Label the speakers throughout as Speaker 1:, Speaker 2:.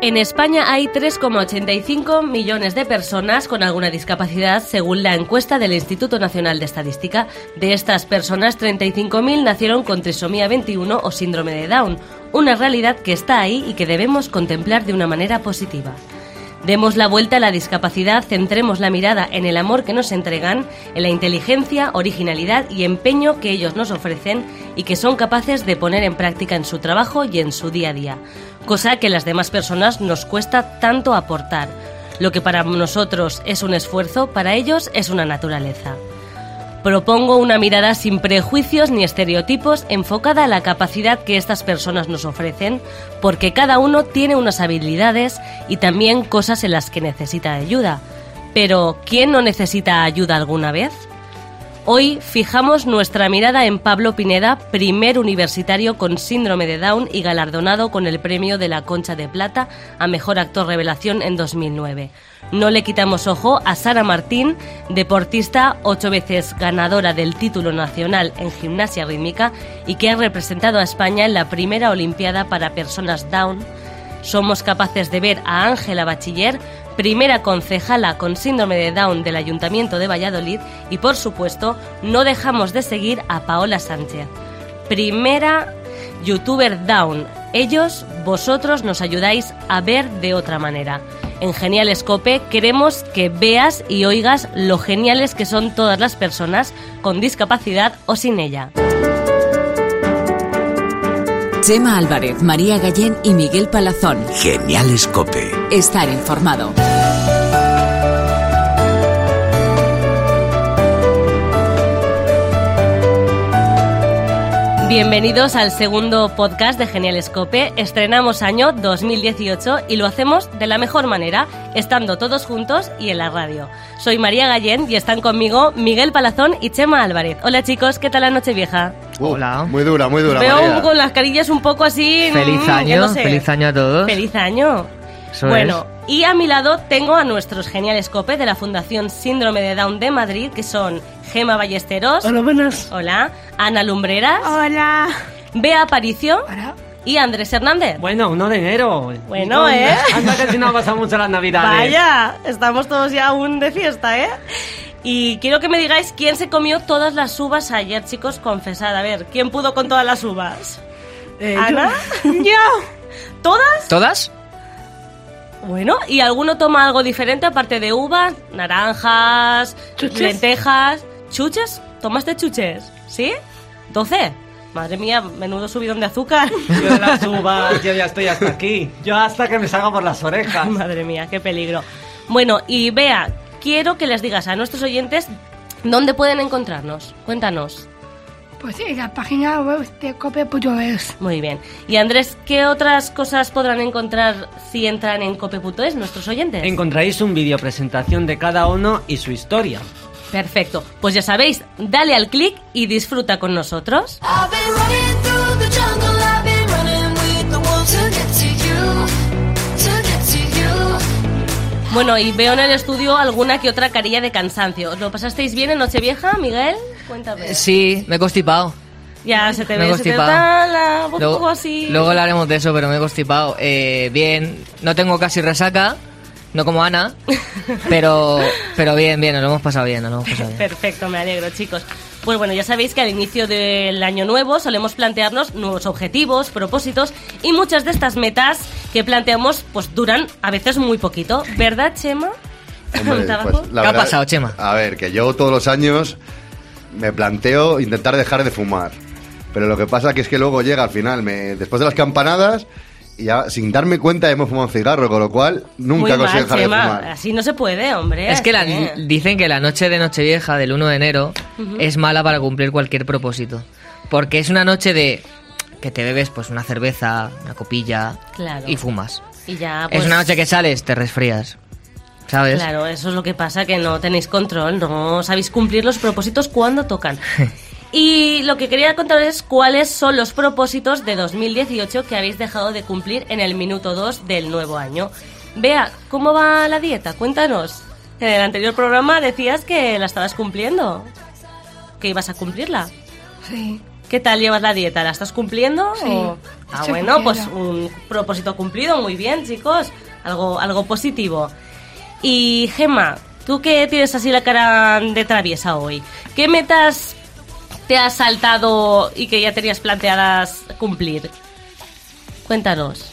Speaker 1: En España hay 3,85 millones de personas con alguna discapacidad según la encuesta del Instituto Nacional de Estadística. De estas personas, 35.000 nacieron con trisomía 21 o síndrome de Down, una realidad que está ahí y que debemos contemplar de una manera positiva. Demos la vuelta a la discapacidad, centremos la mirada en el amor que nos entregan, en la inteligencia, originalidad y empeño que ellos nos ofrecen y que son capaces de poner en práctica en su trabajo y en su día a día, cosa que las demás personas nos cuesta tanto aportar. Lo que para nosotros es un esfuerzo, para ellos es una naturaleza. Propongo una mirada sin prejuicios ni estereotipos enfocada a la capacidad que estas personas nos ofrecen, porque cada uno tiene unas habilidades y también cosas en las que necesita ayuda. Pero, ¿quién no necesita ayuda alguna vez? Hoy fijamos nuestra mirada en Pablo Pineda, primer universitario con síndrome de Down y galardonado con el premio de la Concha de Plata a Mejor Actor Revelación en 2009. No le quitamos ojo a Sara Martín, deportista ocho veces ganadora del título nacional en gimnasia rítmica y que ha representado a España en la primera Olimpiada para personas Down. Somos capaces de ver a Ángela Bachiller, primera concejala con síndrome de Down del Ayuntamiento de Valladolid y por supuesto no dejamos de seguir a Paola Sánchez, primera youtuber Down. Ellos, vosotros nos ayudáis a ver de otra manera. En Genial Escope queremos que veas y oigas lo geniales que son todas las personas con discapacidad o sin ella.
Speaker 2: Chema Álvarez, María Gallén y Miguel Palazón.
Speaker 3: Genial Escope.
Speaker 2: Estar informado.
Speaker 1: Bienvenidos al segundo podcast de Genial Escope. Estrenamos año 2018 y lo hacemos de la mejor manera, estando todos juntos y en la radio. Soy María Gallén y están conmigo Miguel Palazón y Chema Álvarez. Hola chicos, ¿qué tal la noche vieja?
Speaker 4: Uh,
Speaker 5: Hola.
Speaker 4: Muy dura, muy dura.
Speaker 1: Veo
Speaker 4: María.
Speaker 1: con las carillas un poco así. mm,
Speaker 5: Feliz
Speaker 1: ya
Speaker 5: año,
Speaker 1: no sé.
Speaker 5: feliz año a todos.
Speaker 1: Feliz año.
Speaker 5: Eso
Speaker 1: bueno, y a mi lado tengo a nuestros geniales copes de la Fundación Síndrome de Down de Madrid, que son Gema Ballesteros. Hola, buenas. Hola. Ana Lumbreras.
Speaker 6: Hola.
Speaker 1: Bea Aparicio. Y Andrés Hernández.
Speaker 7: Bueno, 1 de enero.
Speaker 1: Bueno, ¿eh?
Speaker 7: Anda que si no pasamos mucho las navidades.
Speaker 1: Vaya, estamos todos ya aún de fiesta, ¿eh? Y quiero que me digáis quién se comió todas las uvas ayer, chicos, confesad. A ver, ¿quién pudo con todas las uvas?
Speaker 8: Eh,
Speaker 3: Eh,
Speaker 1: ¿Ana? ¿Todas?
Speaker 9: ¿Todas?
Speaker 1: Bueno, ¿y alguno toma algo diferente aparte de uvas, naranjas, lentejas, chuches? ¿Tomaste chuches? ¿Sí? ¿12? Madre mía, menudo subidón de azúcar.
Speaker 7: Yo de las uvas, yo ya estoy hasta aquí. Yo hasta que me salga por las orejas.
Speaker 1: Madre mía, qué peligro. Bueno, y Bea, quiero que les digas a nuestros oyentes dónde pueden encontrarnos. Cuéntanos.
Speaker 6: Pues en la página web de cope.es.
Speaker 1: Muy bien. Y Andrés, ¿qué otras cosas podrán encontrar si entran en cope.es nuestros oyentes?
Speaker 7: Encontráis un vídeo presentación de cada uno y su historia.
Speaker 1: Perfecto. Pues ya sabéis, dale al clic y disfruta con nosotros.
Speaker 10: I've been running through the jungle, I've been running with the wolves to get to you, to get to you.
Speaker 1: Bueno, y veo en el estudio alguna que otra carilla de cansancio. ¿Os ¿Lo pasasteis bien en Nochevieja, Miguel? Cuéntame.
Speaker 9: Sí, me he constipado.
Speaker 1: Ya se te
Speaker 9: Me he
Speaker 1: ve, se te
Speaker 9: constipado.
Speaker 1: da la voz un poco así.
Speaker 9: luego hablaremos de eso, pero me he constipado. Eh, bien, no tengo casi resaca, no como Ana, pero, pero bien, bien, nos lo hemos pasado bien, nos lo hemos pasado bien.
Speaker 1: Perfecto, me alegro, chicos. Pues bueno, ya sabéis que al inicio del año nuevo solemos plantearnos nuevos objetivos, propósitos y muchas de estas metas que planteamos pues duran a veces muy poquito, ¿verdad, Chema?
Speaker 4: Hombre,
Speaker 1: ¿Tabaco?
Speaker 4: pues, la
Speaker 9: ¿Qué ha
Speaker 4: verdad-
Speaker 9: pasado, Chema?
Speaker 4: A ver, que yo todos los años me planteo intentar dejar de fumar. Pero lo que pasa que es que luego llega al final, me, después de las campanadas, y ya sin darme cuenta hemos fumado un cigarro, con lo cual nunca
Speaker 1: muy
Speaker 4: consigo
Speaker 1: mal,
Speaker 4: dejar
Speaker 1: Chema.
Speaker 4: de fumar.
Speaker 1: Así no se puede, hombre.
Speaker 9: Es que la-
Speaker 1: así.
Speaker 9: dicen que la noche de Nochevieja del 1 de enero es mala para cumplir cualquier propósito. Porque es una noche de que te bebes pues una cerveza, una copilla
Speaker 1: Claro.
Speaker 9: y fumas.
Speaker 1: Y ya, pues,
Speaker 9: Es una noche que sales, te resfrías. ¿Sabes?
Speaker 1: Claro, eso es lo que pasa, que no tenéis control, no sabéis cumplir los propósitos cuando tocan. Y lo que quería contar es cuáles son los propósitos de 2018 que habéis dejado de cumplir en el minuto 2 del nuevo año. Vea, ¿cómo va la dieta? Cuéntanos. En el anterior programa decías que la estabas cumpliendo, que ibas a cumplirla.
Speaker 6: Sí.
Speaker 1: ¿Qué tal llevas la dieta? ¿La estás cumpliendo?
Speaker 6: Sí,
Speaker 1: o- Ah,
Speaker 6: estoy
Speaker 1: bueno, pues
Speaker 6: cumpliendo.
Speaker 1: un propósito cumplido, muy bien, chicos. Algo, algo positivo. Y Gemma, tú que tienes así la cara de traviesa hoy, ¿qué metas te has saltado y que ya tenías planteadas cumplir? Cuéntanos.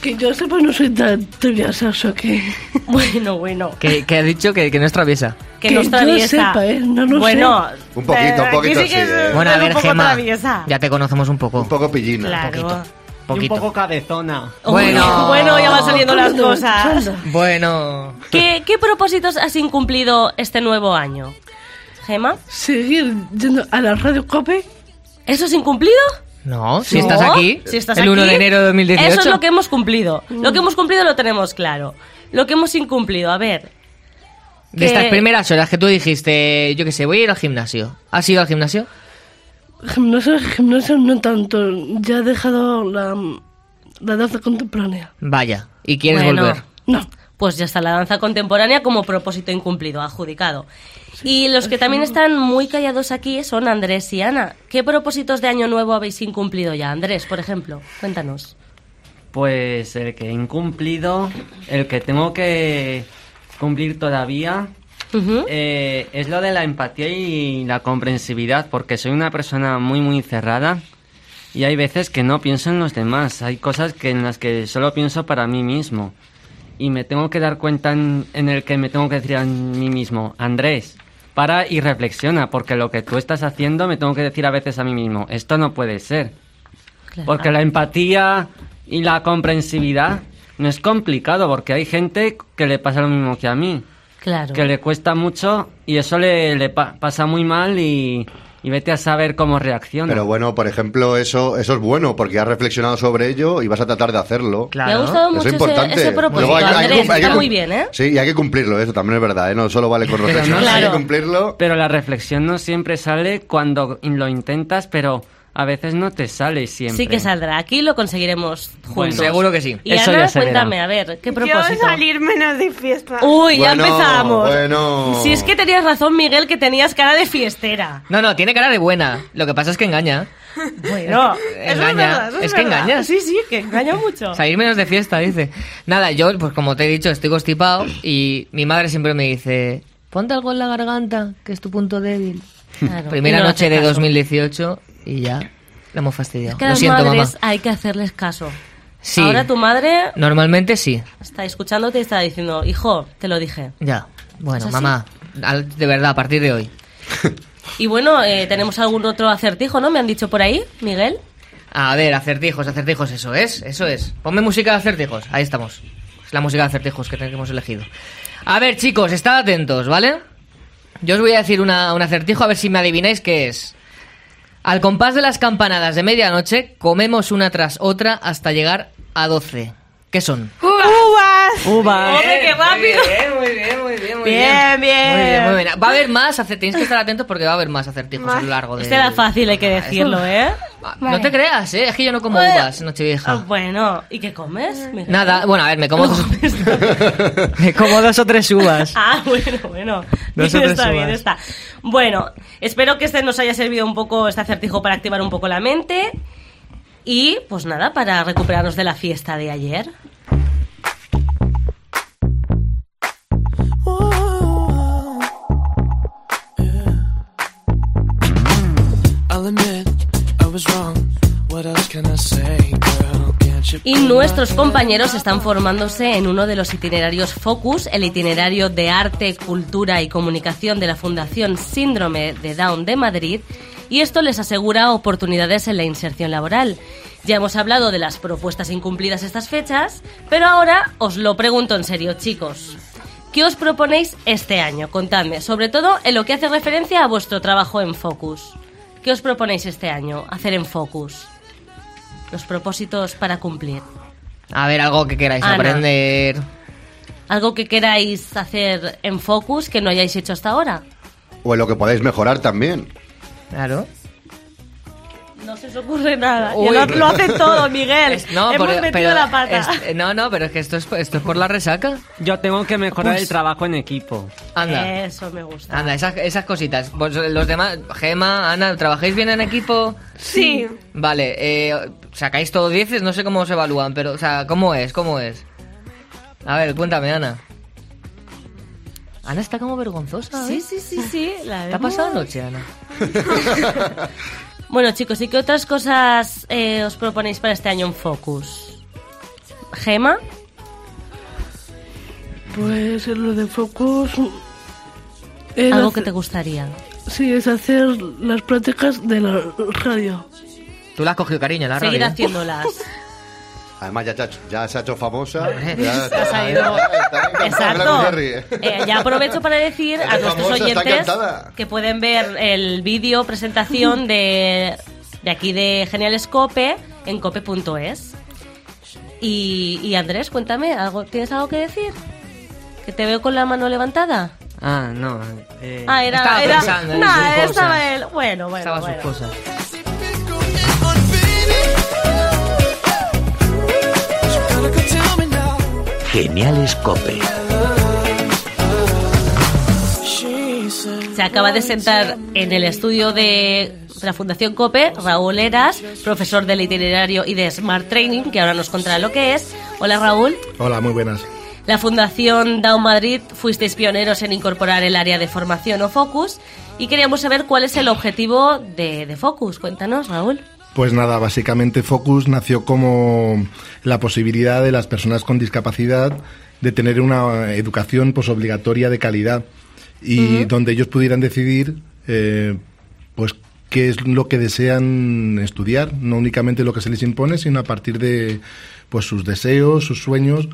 Speaker 3: Que yo sepa no soy tan traviesa, o que...
Speaker 1: Bueno, bueno.
Speaker 9: Que, que ha dicho que, que no es traviesa.
Speaker 1: Que,
Speaker 3: Que
Speaker 1: no es
Speaker 3: yo
Speaker 1: traviesa.
Speaker 3: sepa, ¿eh? No lo
Speaker 1: bueno,
Speaker 4: Un poquito, un
Speaker 1: aquí
Speaker 4: poquito
Speaker 1: sí que
Speaker 4: sí,
Speaker 1: es
Speaker 4: ¿eh?
Speaker 9: Bueno, a
Speaker 1: un
Speaker 9: ver,
Speaker 1: poco
Speaker 9: Gemma,
Speaker 1: traviesa.
Speaker 9: ya te conocemos un poco.
Speaker 4: Un poco pillina.
Speaker 1: Claro.
Speaker 9: poquito.
Speaker 7: Y
Speaker 9: Poquito.
Speaker 7: un poco cabezona.
Speaker 9: Bueno.
Speaker 1: bueno, ya van saliendo las
Speaker 3: Anda,
Speaker 1: cosas.
Speaker 3: anda.
Speaker 9: Bueno,
Speaker 1: ¿Qué, qué propósitos has incumplido este nuevo año? Gema,
Speaker 3: Seguir yendo a la radio COPE
Speaker 1: ¿eso es incumplido?
Speaker 9: no, si
Speaker 1: No.
Speaker 9: estás aquí,
Speaker 1: Si estás
Speaker 9: el 1
Speaker 1: aquí,
Speaker 9: de enero de 2018.
Speaker 1: Eso es lo que hemos cumplido. Lo que hemos cumplido lo tenemos claro. Lo que hemos incumplido, a ver.
Speaker 9: De
Speaker 1: que-
Speaker 9: estas primeras horas que tú dijiste, yo qué sé, voy a ir al gimnasio. ¿Has ido al gimnasio?
Speaker 3: Gimnasio, gimnasio no tanto. Ya he dejado la, la danza contemporánea.
Speaker 9: Vaya, y quieres
Speaker 1: Bueno.
Speaker 9: volver.
Speaker 3: No.
Speaker 1: Pues ya está la danza contemporánea como propósito incumplido, adjudicado. Y los que también están muy callados aquí son Andrés y Ana. ¿Qué propósitos de año nuevo habéis incumplido ya? Andrés, por ejemplo, cuéntanos.
Speaker 7: Pues el que he incumplido, el que tengo que cumplir todavía,
Speaker 1: Ujú.
Speaker 7: eh, es lo de la empatía y la comprensividad, porque soy una persona muy, muy cerrada y hay veces que no pienso en los demás, hay cosas que en las que solo pienso para mí mismo y me tengo que dar cuenta en, en el que me tengo que decir a mí mismo, Andrés, para y reflexiona, porque lo que tú estás haciendo me tengo que decir a veces a mí mismo, esto no puede ser.
Speaker 1: Claro.
Speaker 7: Porque la empatía y la comprensividad no es complicado, porque hay gente que le pasa lo mismo que a mí,
Speaker 1: Claro.
Speaker 7: que le cuesta mucho y eso le, le pa- pasa muy mal y, y vete a saber cómo reacciona.
Speaker 4: Pero bueno, por ejemplo, eso, eso es bueno porque has reflexionado sobre ello y vas a tratar de hacerlo.
Speaker 9: Claro.
Speaker 1: Me ha gustado
Speaker 4: Eso
Speaker 1: mucho
Speaker 4: es
Speaker 1: ese-
Speaker 4: importante.
Speaker 1: ese, propósito,
Speaker 4: Luego hay- hay que
Speaker 1: Andrés,
Speaker 4: cum- hay que
Speaker 1: está
Speaker 4: cum-
Speaker 1: muy bien, ¿eh?
Speaker 4: Sí, y hay que cumplirlo, eso también es verdad, ¿eh? No solo vale con reflexionar,
Speaker 7: no-
Speaker 4: hay que
Speaker 1: Claro.
Speaker 4: cumplirlo.
Speaker 7: Pero la reflexión no siempre sale cuando lo intentas, pero a veces no te sale siempre.
Speaker 1: Sí que saldrá. Aquí lo conseguiremos juntos.
Speaker 7: Bueno,
Speaker 9: seguro que sí.
Speaker 1: Y
Speaker 7: Eso
Speaker 1: Ana,
Speaker 7: ya se verá.
Speaker 1: cuéntame, a ver, ¿qué propósito? Uh,
Speaker 5: Yo salir menos de fiesta.
Speaker 1: Uy, ya
Speaker 4: Bueno,
Speaker 1: empezamos.
Speaker 4: bueno.
Speaker 1: Si es que tenías razón, Miguel, que tenías cara de fiestera.
Speaker 9: No, no, tiene cara de buena. Lo que pasa es que engaña.
Speaker 1: Bueno,
Speaker 5: Eso
Speaker 9: engaña.
Speaker 5: es verdad, eso es
Speaker 9: que
Speaker 5: verdad.
Speaker 9: engaña.
Speaker 1: sí, sí, que engaña mucho.
Speaker 9: Salir menos de fiesta, dice. Nada, yo, pues como te he dicho, estoy constipado y mi madre siempre me dice, ponte algo en la garganta, que es tu punto débil.
Speaker 1: Claro, y
Speaker 9: Primera
Speaker 1: no le
Speaker 9: noche
Speaker 1: hace
Speaker 9: de
Speaker 1: caso.
Speaker 9: 2018 y ya la hemos fastidiado.
Speaker 1: Es que a
Speaker 9: Lo
Speaker 1: las
Speaker 9: siento, mamá.
Speaker 1: madres hay que hacerles caso.
Speaker 9: Sí.
Speaker 1: Ahora tu madre
Speaker 9: Normalmente sí.
Speaker 1: está escuchándote y está diciendo, hijo, te lo dije.
Speaker 9: Ya. Bueno,
Speaker 1: así?
Speaker 9: mamá, al- de verdad, a partir de hoy.
Speaker 1: Y bueno, eh, tenemos algún otro acertijo, ¿no? Me han dicho por ahí, Miguel.
Speaker 9: A ver, acertijos, acertijos, eso es, eso es. Ponme música de acertijos, ahí estamos. Es la música de acertijos que tenemos elegido. A ver, chicos, estad atentos, ¿vale? Yo os voy a decir una- un acertijo, a ver si me adivináis qué es. Al compás de las campanadas de medianoche, comemos una tras otra hasta llegar a 12. ¿Qué son?
Speaker 5: ¡Uvas!
Speaker 7: Uva.
Speaker 1: ¡Hombre, qué rápido!
Speaker 9: Muy bien, muy bien, muy
Speaker 5: Bien, bien.
Speaker 9: Muy bien, muy bien. Va a haber más acertijos, tenéis que estar atentos porque va a haber más acertijos a lo largo de...
Speaker 1: Este era fácil, hay que decirlo, ¿eh?
Speaker 9: Ah, No
Speaker 6: Vale.
Speaker 9: te creas, ¿eh? Es que yo no como uvas, nochevieja.
Speaker 1: Ah, bueno, ¿y qué comes? Miguel?
Speaker 9: Nada, bueno, a ver, me como dos, me como dos o tres uvas.
Speaker 1: Ah, bueno, bueno.
Speaker 9: No se
Speaker 1: está
Speaker 9: presumas.
Speaker 1: bien, está. Bueno, espero que este nos haya servido un poco, este acertijo, para activar un poco la mente. Y pues nada, para recuperarnos de la fiesta de ayer.
Speaker 11: I'll admit I was wrong. What else can I say, girl? Can't you
Speaker 1: Y nuestros compañeros están formándose en uno de los itinerarios Focus, el itinerario de arte, cultura y comunicación de la Fundación Síndrome de Down de Madrid, y esto les asegura oportunidades en la inserción laboral. Ya hemos hablado de las propuestas incumplidas estas fechas, pero ahora os lo pregunto en serio, chicos. ¿Qué os proponéis este año? Contadme, sobre todo en lo que hace referencia a vuestro trabajo en Focus. ¿Qué os proponéis este año hacer en Focus? Los propósitos para cumplir.
Speaker 9: A ver, algo que queráis
Speaker 1: Ana.
Speaker 9: aprender.
Speaker 1: ¿Algo que queráis hacer en Focus que no hayáis hecho hasta ahora?
Speaker 4: O en lo que podéis mejorar también.
Speaker 9: Claro.
Speaker 1: No No se os ocurre nada.
Speaker 9: Uy.
Speaker 1: Y lo, lo hace todo, Miguel. Hemos
Speaker 9: pero-
Speaker 1: metido
Speaker 9: pero
Speaker 1: la pata.
Speaker 9: es- eh, no, no, pero es que esto es, esto es por la resaca.
Speaker 7: Yo tengo que mejorar
Speaker 9: Pues-
Speaker 7: el trabajo en equipo.
Speaker 9: Anda,
Speaker 1: Eso me gusta.
Speaker 9: anda, esas, esas cositas. Pues, los demás, Gema, Ana, ¿trabajáis bien en equipo?
Speaker 5: Sí.
Speaker 9: Vale, eh, ¿sacáis todos dieces? No sé cómo os evalúan, pero, o sea, ¿cómo es? ¿Cómo es? A ver, cuéntame, Ana. Ana está como vergonzosa.
Speaker 1: Sí,
Speaker 9: ¿eh?
Speaker 1: sí, sí, sí. La
Speaker 9: ¿Te ha
Speaker 1: vemos.
Speaker 9: pasado noche, Ana?
Speaker 1: Bueno, chicos, ¿y qué otras cosas eh, os proponéis para este año en Focus? Gema,
Speaker 3: Pues en lo de Focus... eh, es
Speaker 1: algo
Speaker 3: hacer-
Speaker 1: que te gustaría.
Speaker 3: Sí, es hacer las prácticas de la radio.
Speaker 9: Tú la has cogido cariño, la
Speaker 1: Seguir
Speaker 9: radio. ¿eh?
Speaker 1: haciéndolas.
Speaker 4: Además, ya, te ha hecho- ya se ha hecho famosa. Ya,
Speaker 1: Ha salido.
Speaker 4: está encantada,
Speaker 1: Exacto.
Speaker 4: Black Berry.
Speaker 1: Eh, ya aprovecho para decir a
Speaker 4: Eres
Speaker 1: nuestros
Speaker 4: famosa, está
Speaker 1: oyentes
Speaker 4: encantada.
Speaker 1: que pueden ver el vídeo presentación de, de aquí de Geniales Cope en cope.es. Y, y Andrés, cuéntame, ¿algo, ¿tienes algo que decir? Que te veo con la mano levantada.
Speaker 7: Ah, no. eh,
Speaker 1: Ah, era.
Speaker 9: estaba
Speaker 1: era-
Speaker 9: pensando en
Speaker 1: nah,
Speaker 9: sus cosas.
Speaker 1: estaba él. Bueno, bueno.
Speaker 9: Estaba
Speaker 1: bueno.
Speaker 9: sus cosas.
Speaker 12: Geniales Cope.
Speaker 1: Se acaba de sentar en el estudio de la Fundación COPE Raúl Eras, profesor del itinerario y de Smart Training, que ahora nos contará lo que es. Hola Raúl.
Speaker 8: Hola, muy buenas.
Speaker 1: La Fundación Down Madrid fuisteis pioneros en incorporar el área de formación o Focus y queríamos saber cuál es el objetivo de, de Focus. Cuéntanos, Raúl.
Speaker 8: Pues nada, básicamente Focus nació como la posibilidad de las personas con discapacidad de tener una educación pues obligatoria de calidad y donde ellos pudieran decidir eh, pues qué es lo que desean estudiar, no únicamente lo que se les impone, sino a partir de pues sus deseos, sus sueños,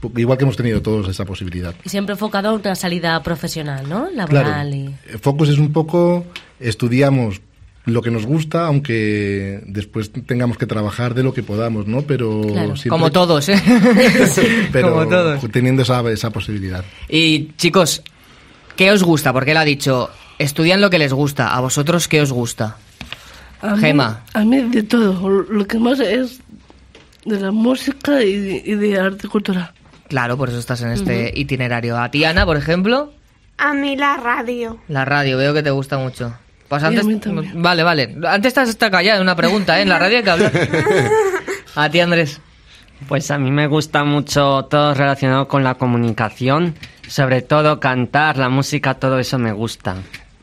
Speaker 8: pu- igual que hemos tenido todos esa posibilidad.
Speaker 1: Y siempre enfocado a una salida profesional, ¿no? Laboral
Speaker 8: Claro.
Speaker 1: y...
Speaker 8: Focus es un poco, estudiamos lo que nos gusta, aunque después tengamos que trabajar de lo que podamos, ¿no? Pero
Speaker 9: Claro.
Speaker 8: siempre-
Speaker 9: Como todos, ¿eh?
Speaker 8: pero
Speaker 9: como todos.
Speaker 8: teniendo esa, esa posibilidad.
Speaker 9: Y chicos, ¿qué os gusta? Porque él ha dicho, estudian lo que les gusta. ¿A vosotros qué os gusta?
Speaker 3: A mí-
Speaker 9: Gema.
Speaker 3: A mí de todo. Lo que más es de la música y de, y de arte y cultura.
Speaker 9: Claro, por eso estás en este itinerario. A ti, Ana, por ejemplo,
Speaker 5: A mí la radio.
Speaker 9: la radio, veo que te gusta mucho. Pues
Speaker 3: Y a
Speaker 9: antes,
Speaker 3: mí también.
Speaker 9: vale, vale. Antes estás hasta callada en una pregunta, ¿eh? En la radio hay que hablar. A ti, Andrés.
Speaker 7: Pues a mí me gusta mucho todo relacionado con la comunicación, sobre todo cantar, la música, todo eso me gusta.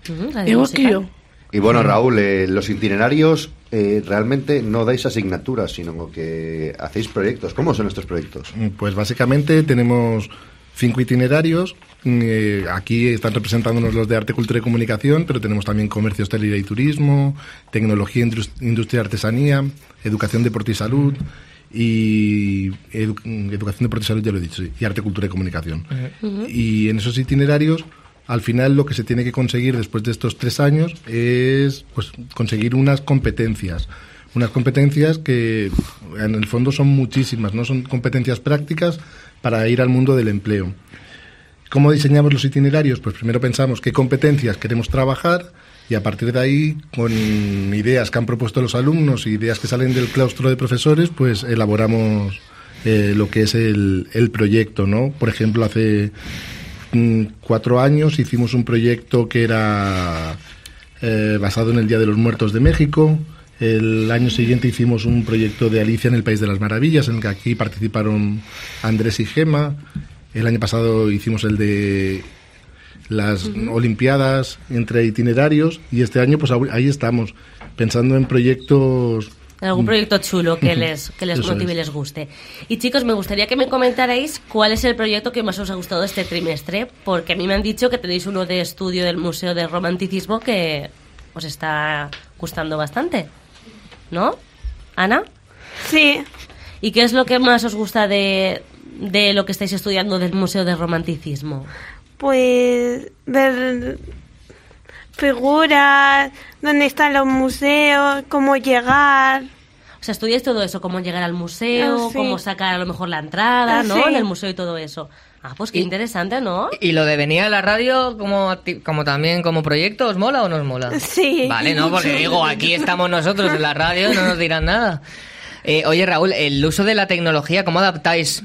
Speaker 1: Ujú, radio
Speaker 3: Igual
Speaker 1: musical.
Speaker 3: que yo.
Speaker 4: Y bueno, Raúl, eh, los itinerarios eh, realmente no dais asignaturas, sino que hacéis proyectos. ¿Cómo son estos proyectos?
Speaker 8: Pues básicamente tenemos cinco itinerarios. eh, aquí están representándonos los de arte, cultura y comunicación, pero tenemos también comercio, hostelería y turismo, tecnología, indus- industria y artesanía, educación, deporte y salud. Y edu- educación, deporte y salud, ya lo he dicho, sí, y arte, cultura y comunicación. Y en esos itinerarios, al final lo que se tiene que conseguir después de estos tres años es pues, conseguir unas competencias. Unas competencias que en el fondo son muchísimas, no son competencias prácticas para ir al mundo del empleo. ¿Cómo diseñamos los itinerarios? Pues primero pensamos qué competencias queremos trabajar y a partir de ahí, con ideas que han propuesto los alumnos y ideas que salen del claustro de profesores, pues elaboramos eh, lo que es el, el proyecto, ¿no? Por ejemplo, hace mm, cuatro años hicimos un proyecto que era eh, basado en el Día de los Muertos de México. El año siguiente hicimos un proyecto de Alicia en el País de las Maravillas, en el que aquí participaron Andrés y Gema. El año pasado hicimos el de las Olimpiadas entre itinerarios y este año pues ahí estamos pensando en proyectos
Speaker 1: Algún proyecto chulo que les, que les
Speaker 8: Mm. Eso
Speaker 1: motive y
Speaker 8: es.
Speaker 1: les guste. Y chicos, me gustaría que me comentarais cuál es el proyecto que más os ha gustado este trimestre, porque a mí me han dicho que tenéis uno de estudio del Museo del Romanticismo que os está gustando bastante. ¿No? Ana,
Speaker 5: Sí.
Speaker 1: ¿y qué es lo que más os gusta de, de lo que estáis estudiando del Museo del Romanticismo?
Speaker 5: Pues ver figuras, dónde están los museos, cómo llegar.
Speaker 1: O sea, estudiáis todo eso, cómo llegar al museo,
Speaker 9: Ah, sí.
Speaker 1: cómo sacar a lo mejor la entrada,
Speaker 9: Ah,
Speaker 1: ¿no?
Speaker 9: sí.
Speaker 1: En el museo y todo eso. Ah, pues qué interesante, ¿no?
Speaker 9: ¿Y lo de venir a la radio como, acti- como también como proyecto os mola o no os mola?
Speaker 5: Sí.
Speaker 9: Vale, no, porque digo, aquí estamos nosotros en la radio, no nos dirán nada. Eh, oye, Raúl, el uso de la tecnología, ¿cómo adaptáis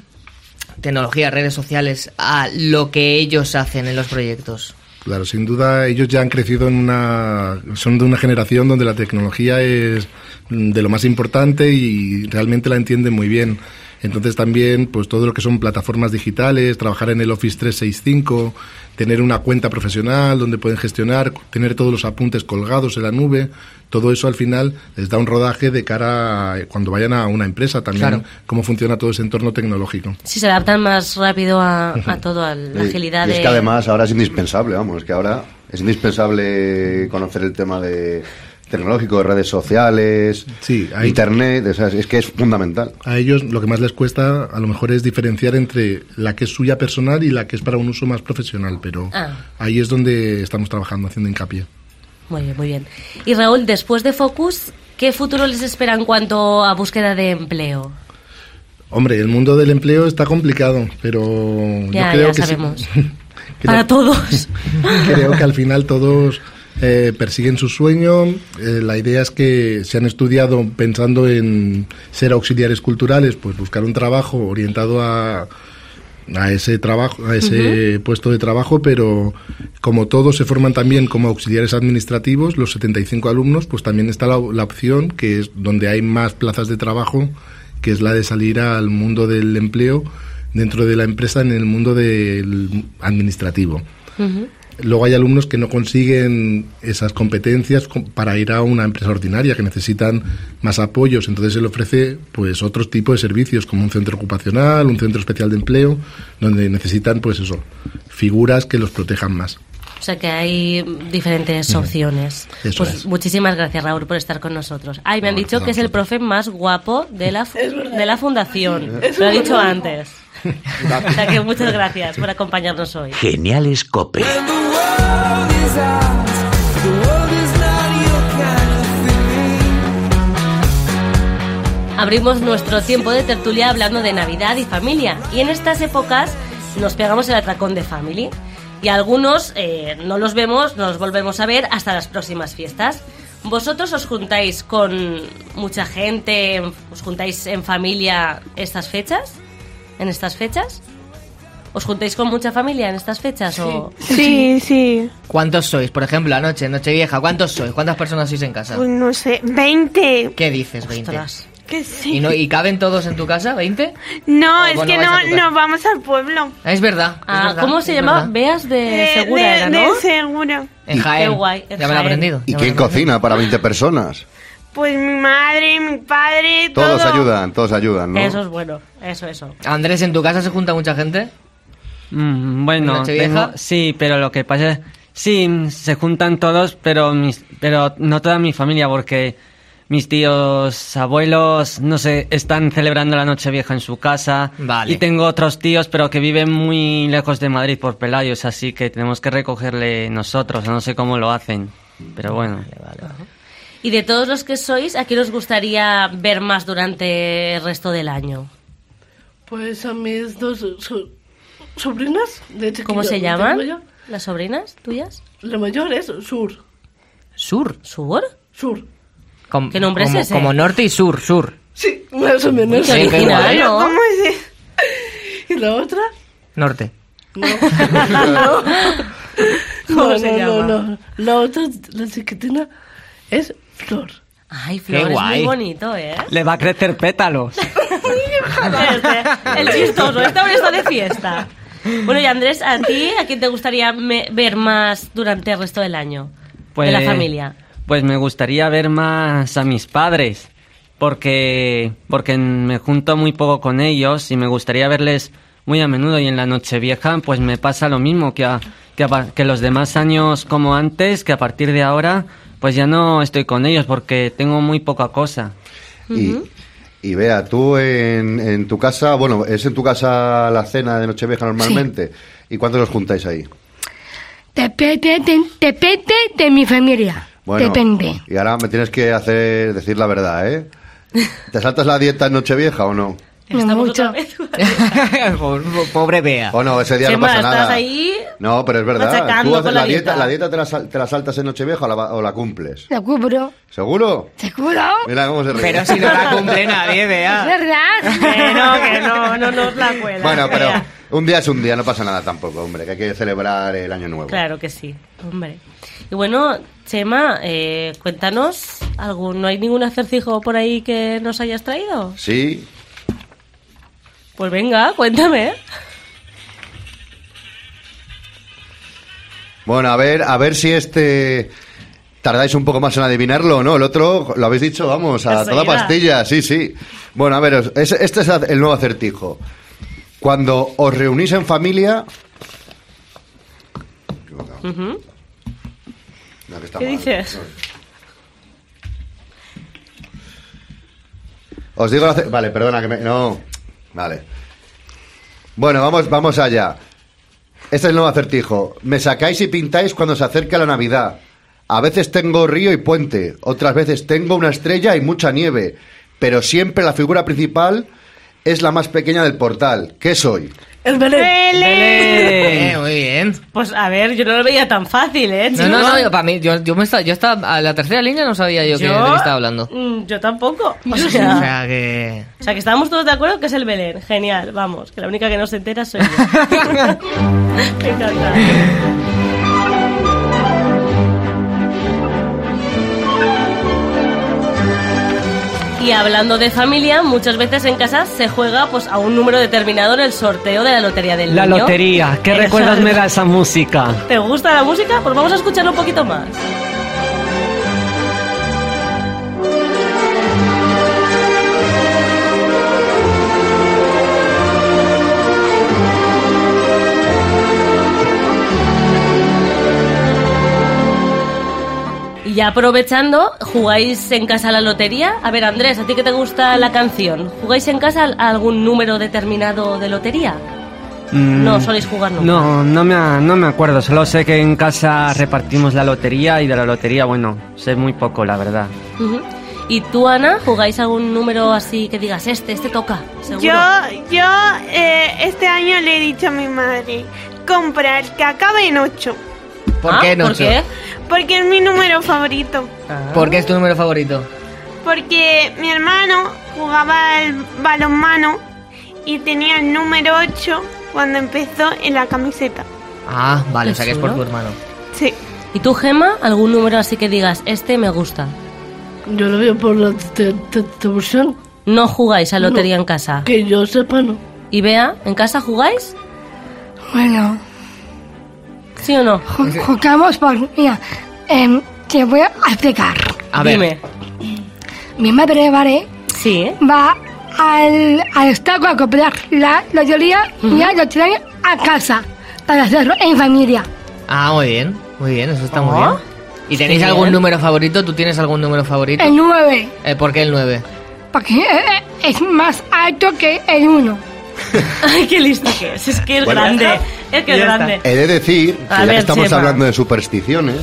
Speaker 9: tecnología, redes sociales a lo que ellos hacen en los proyectos?
Speaker 8: Claro, sin duda ellos ya han crecido en una... son de una generación donde la tecnología es mm, de lo más importante y realmente la entienden muy bien. Entonces también, pues todo lo que son plataformas digitales, trabajar en el Office 365, tener una cuenta profesional donde pueden gestionar, tener todos los apuntes colgados en la nube, todo eso al final les da un rodaje de cara a cuando vayan a una empresa también,
Speaker 1: Claro.
Speaker 8: cómo funciona todo ese entorno tecnológico.
Speaker 1: Sí, se adaptan más rápido a, a todo, a la
Speaker 4: Y-
Speaker 1: agilidad
Speaker 4: y es
Speaker 1: de...
Speaker 4: que además ahora es indispensable, vamos, es que ahora es indispensable conocer el tema de tecnológico, de redes sociales, internet, o sea, es que es fundamental.
Speaker 8: A ellos lo que más les cuesta a lo mejor es diferenciar entre la que es suya personal y la que es para un uso más profesional, pero
Speaker 1: Ah,
Speaker 8: ahí es donde estamos trabajando, haciendo hincapié.
Speaker 1: muy bien, muy bien. Y Raúl, después de Focus, ¿qué futuro les espera en cuanto a búsqueda de empleo?
Speaker 8: Hombre, el mundo del empleo está complicado, pero
Speaker 1: Ya,
Speaker 8: yo creo que
Speaker 1: ya
Speaker 8: sí-
Speaker 1: sabemos.
Speaker 8: que
Speaker 1: Para
Speaker 8: no-
Speaker 1: todos.
Speaker 8: creo que al final todos eh, persiguen su sueño. Eh, la idea es que se han estudiado pensando en ser auxiliares culturales, pues buscar un trabajo orientado a, a ese trabajo, a ese puesto de trabajo, pero como todos se forman también como auxiliares administrativos, los 75 alumnos, pues también está la, la opción que es donde hay más plazas de trabajo, que es la de salir al mundo del empleo dentro de la empresa en el mundo del administrativo. Luego hay alumnos que no consiguen esas competencias com- para ir a una empresa ordinaria, que necesitan más apoyos. Entonces se le ofrece pues otro tipo de servicios, como un centro ocupacional, un centro especial de empleo, donde necesitan pues eso, figuras que los protejan más.
Speaker 1: O sea que hay diferentes opciones.
Speaker 8: Eso
Speaker 1: pues
Speaker 8: es.
Speaker 1: muchísimas gracias, Raúl, por estar con nosotros. Ay, me han dicho
Speaker 8: a
Speaker 1: que es el profe más guapo de la, fu- de la fundación. Lo he dicho
Speaker 10: verdad.
Speaker 1: antes. o sea que muchas gracias por acompañarnos hoy.
Speaker 12: Geniales Cope.
Speaker 1: Abrimos nuestro tiempo de tertulia hablando de Navidad y familia. Y en estas épocas nos pegamos el atracón de family. Y algunos eh, no los vemos, no los volvemos a ver hasta las próximas fiestas. ¿Vosotros os juntáis con mucha gente? ¿Os juntáis en familia estas fechas? ¿En estas fechas? ¿Os juntáis con mucha familia en estas fechas? O...
Speaker 5: Sí, sí.
Speaker 9: ¿Cuántos sois? Por ejemplo, anoche, noche vieja, ¿cuántos sois? ¿Cuántas personas sois en casa?
Speaker 5: Pues no sé, 20.
Speaker 9: ¿Qué dices, 20?
Speaker 5: Que sí.
Speaker 9: ¿Y, no, ¿Y caben todos en tu casa, 20?
Speaker 5: No,
Speaker 9: O
Speaker 5: es
Speaker 9: vos
Speaker 5: que
Speaker 9: vais a
Speaker 5: no,
Speaker 9: tu casa.
Speaker 5: no vamos al pueblo.
Speaker 9: Ah, Es verdad. es
Speaker 1: Ah,
Speaker 9: verdad,
Speaker 1: ¿Cómo se
Speaker 9: es
Speaker 1: llama?
Speaker 9: verdad.
Speaker 1: Veas de
Speaker 5: De-
Speaker 1: Eh, Segura,
Speaker 5: Eh, de-
Speaker 1: era,
Speaker 5: de
Speaker 1: ¿no?
Speaker 5: seguro.
Speaker 9: En Jaén.
Speaker 1: Qué guay, en
Speaker 9: Ya me lo he
Speaker 1: Jaén.
Speaker 9: aprendido.
Speaker 4: ¿Y quién cocina para 20 personas?
Speaker 5: Pues mi madre, mi padre,
Speaker 4: Todos
Speaker 5: todo.
Speaker 4: ayudan, todos ayudan, ¿no?
Speaker 1: Eso es bueno, eso, eso.
Speaker 9: Andrés, ¿en tu casa se junta mucha gente?
Speaker 7: Mm, bueno,
Speaker 9: ¿Nochevieja?
Speaker 7: tengo- sí, pero lo que pasa es... Sí, mm, se juntan todos, pero, mis, pero no toda mi familia, porque mis tíos, abuelos, no sé, están celebrando la Nochevieja en su casa.
Speaker 9: Vale.
Speaker 7: Y tengo otros tíos, pero que viven muy lejos de Madrid por Pelayos, así que tenemos que recogerle nosotros, no sé cómo lo hacen. Pero bueno.
Speaker 1: Y de todos los que sois, ¿a quién os gustaría ver más durante el resto del año?
Speaker 3: Pues a mis dos so- sobrinas, de hecho.
Speaker 1: ¿Cómo se llaman las sobrinas tuyas?
Speaker 3: La mayor es Sur.
Speaker 9: ¿Sur?
Speaker 1: ¿Sur?
Speaker 3: Sur.
Speaker 9: Com-
Speaker 3: ¿Qué nombre es
Speaker 9: como,
Speaker 3: ese?
Speaker 9: Como norte y sur, sur.
Speaker 3: Sí, más o menos.
Speaker 9: Qué Sí, qué original, guay. ¿no?
Speaker 3: ¿Cómo es? ¿Y la otra?
Speaker 9: Norte.
Speaker 3: no.
Speaker 1: ¿Cómo
Speaker 3: no,
Speaker 1: se
Speaker 3: no,
Speaker 1: llama?
Speaker 3: no, no. La otra, la chiquitina, es Flor.
Speaker 1: Ay,
Speaker 7: Qué
Speaker 1: Flor, es muy
Speaker 7: guay.
Speaker 1: bonito, ¿eh?
Speaker 7: Le va a crecer pétalos.
Speaker 1: Este, el chistoso, este hoy está de fiesta. Bueno, y Andrés, ¿a ti a quién te gustaría me- ver más durante el resto del año?
Speaker 7: Pues-
Speaker 1: de la familia.
Speaker 7: Pues me gustaría ver más a mis padres, porque, porque me junto muy poco con ellos y me gustaría verles muy a menudo y en la Nochevieja pues me pasa lo mismo que, a- que, a pa- que los demás años como antes, que a partir de ahora pues ya no estoy con ellos porque tengo muy poca cosa.
Speaker 4: Y- Y vea, tú en, en tu casa, bueno, ¿es en tu casa la cena de Nochevieja normalmente? ¿Y cuántos los juntáis ahí?
Speaker 6: Depende, de, depende de mi familia. Depende.
Speaker 4: Y ahora me tienes que hacer decir la verdad, ¿eh? ¿Te saltas la dieta en Nochevieja o no?
Speaker 3: mucho.
Speaker 9: Pobre Bea.
Speaker 4: O no, ese día no
Speaker 1: Chema,
Speaker 4: pasa nada.
Speaker 1: Ah. estás ahí
Speaker 4: No, pero es verdad.
Speaker 1: machacando
Speaker 4: Tú haces
Speaker 1: con
Speaker 4: la,
Speaker 1: la
Speaker 4: dieta,
Speaker 1: dieta.
Speaker 4: la dieta te la, sal- te la saltas en Nochevieja o la, va- o la cumples.
Speaker 6: Te cubro.
Speaker 4: ¿Seguro?
Speaker 6: Te cubro.
Speaker 4: Mira cómo se ríe.
Speaker 9: Pero si no la cumple nadie,
Speaker 6: Es
Speaker 9: Bea.
Speaker 6: verdad.
Speaker 1: Que no, que no, no nos la cuela.
Speaker 4: Bueno, pero un día es un día, no pasa nada tampoco, hombre, que hay que celebrar el año nuevo.
Speaker 1: Claro que sí, hombre. Y bueno, Chema, eh, cuéntanos, algún, ¿no hay ningún acertijo por ahí que nos hayas traído?
Speaker 4: Sí,
Speaker 1: Pues venga, cuéntame.
Speaker 4: Bueno, a ver, a ver si este tardáis un poco más en adivinarlo o no. El otro lo habéis dicho, vamos, a toda
Speaker 13: Enseguida.
Speaker 4: pastilla, sí, sí. Bueno, a ver, os- es- este es el nuevo acertijo. Cuando os reunís en familia,
Speaker 1: Ujú.
Speaker 4: No, que está
Speaker 1: ¿Qué
Speaker 4: mal.
Speaker 1: dices?
Speaker 4: os digo, el ace- vale, perdona que me no, vale. Bueno, vamos, vamos allá. Este es el nuevo acertijo. Me sacáis y pintáis cuando se acerca la Navidad. A veces tengo río y puente, otras veces tengo una estrella y mucha nieve, pero siempre la figura principal es la más pequeña del portal. ¿Qué soy?
Speaker 1: ¡El
Speaker 5: Belén!
Speaker 9: Eh, muy bien.
Speaker 1: Pues a ver, yo no lo veía tan fácil, ¿eh?
Speaker 9: No,
Speaker 1: chico?
Speaker 9: no, no, yo, para mí, yo, yo me estaba, yo estaba a la tercera línea, no sabía yo, que,
Speaker 1: Yo-
Speaker 9: de qué estaba hablando.
Speaker 1: Mm, Yo tampoco. O
Speaker 9: O
Speaker 1: sea,
Speaker 9: sea que...
Speaker 1: o sea, que estábamos todos de acuerdo que es el Belén. Genial, vamos, que la única que no se entera soy yo. Me encanta. Y hablando de familia, muchas veces en casa se juega pues a un número determinado en el sorteo de la lotería del
Speaker 7: La
Speaker 1: niño.
Speaker 7: lotería, ¿qué
Speaker 1: Eso
Speaker 7: recuerdos
Speaker 1: es.
Speaker 7: me da esa música?
Speaker 1: ¿Te gusta la música? Pues vamos a escucharlo un poquito más. Y ya aprovechando, ¿jugáis en casa a la lotería? A ver, Andrés, ¿a ti que te gusta la canción? ¿Jugáis en casa a algún número determinado de lotería? No, soléis jugar nunca.
Speaker 7: Mm, No, no me, a- no me acuerdo, solo sé que en casa repartimos la lotería y de la lotería, bueno, sé muy poco, la verdad.
Speaker 1: Ujú. ¿Y tú, Ana, jugáis algún número así que digas, este, este toca? Seguro.
Speaker 5: Yo, yo eh, este año le he dicho a mi madre, compra el que acabe en 8.
Speaker 9: ¿Por
Speaker 1: Ah,
Speaker 9: qué,
Speaker 1: ¿por
Speaker 9: Nacho?
Speaker 1: qué?
Speaker 5: Porque es mi número favorito.
Speaker 9: ¿Por qué es tu número favorito?
Speaker 5: Porque mi hermano jugaba al balonmano y tenía el número 8 cuando empezó en la camiseta.
Speaker 9: Ah, vale, o sea que es por tu
Speaker 1: ¿Seguro?
Speaker 9: hermano.
Speaker 5: Sí.
Speaker 1: ¿Y tú, Gema, algún número así que digas, este me gusta?
Speaker 3: Yo lo veo por la te- te- televisión.
Speaker 1: No jugáis a lotería en casa.
Speaker 3: Que yo sepa, no.
Speaker 1: ¿Y Bea, en casa jugáis?
Speaker 6: Bueno,
Speaker 1: ¿Sí o no?
Speaker 6: ju- jugamos por. Mira, em, te voy a explicar.
Speaker 9: A ver.
Speaker 1: Dime.
Speaker 6: Mi madre, ¿vale?
Speaker 1: Sí. ¿eh?
Speaker 6: Va al, al estadio a comprar la lotería y ya lo trae a casa para hacerlo en familia.
Speaker 9: Ah, muy bien, muy bien, eso está muy
Speaker 1: Ah,
Speaker 9: bien. ¿Y tenéis
Speaker 1: qué
Speaker 9: algún
Speaker 1: bien.
Speaker 9: número favorito? ¿Tú tienes algún número favorito?
Speaker 6: El 9,
Speaker 9: Eh, ¿Por qué el 9?
Speaker 6: porque eh, eh, es más alto que el 1.
Speaker 1: Ay, qué listo que es. Es que es
Speaker 4: Bueno.
Speaker 1: grande. Es que es grande.
Speaker 4: He de decir, que
Speaker 1: A
Speaker 4: ya que
Speaker 1: ver,
Speaker 4: estamos
Speaker 1: Chema.
Speaker 4: hablando de supersticiones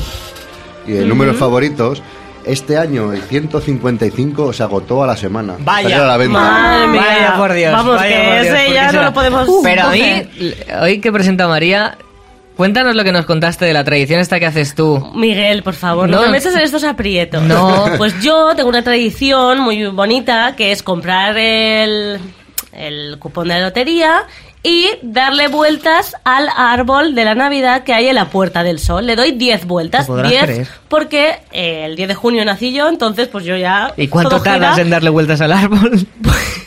Speaker 4: y de números favoritos, este año el 155 se agotó a la semana.
Speaker 9: Vaya.
Speaker 4: Salió a la venta.
Speaker 1: Madre mía.
Speaker 9: Vaya por Dios.
Speaker 1: Vamos,
Speaker 9: vaya
Speaker 1: que
Speaker 9: por Dios,
Speaker 1: ese
Speaker 9: ¿por
Speaker 1: ya
Speaker 9: qué
Speaker 1: no
Speaker 9: será?
Speaker 1: lo podemos.
Speaker 9: Pero a mí,
Speaker 1: coger.
Speaker 9: l- hoy que presenta María, cuéntanos lo que nos contaste de la tradición esta que haces tú.
Speaker 1: Miguel, por favor, no,
Speaker 9: No.
Speaker 1: me metas en estos aprietos.
Speaker 9: No.
Speaker 1: Pues yo tengo una tradición muy bonita que es comprar el, el cupón de la lotería y darle vueltas al árbol de la Navidad que hay en la Puerta del Sol. Le doy 10 vueltas.
Speaker 9: Te podrás
Speaker 1: 10
Speaker 9: creer.
Speaker 1: porque eh, el 10 de junio nací yo, entonces pues yo ya...
Speaker 9: ¿Y cuánto
Speaker 1: todo gira.
Speaker 9: tardas en darle vueltas al árbol?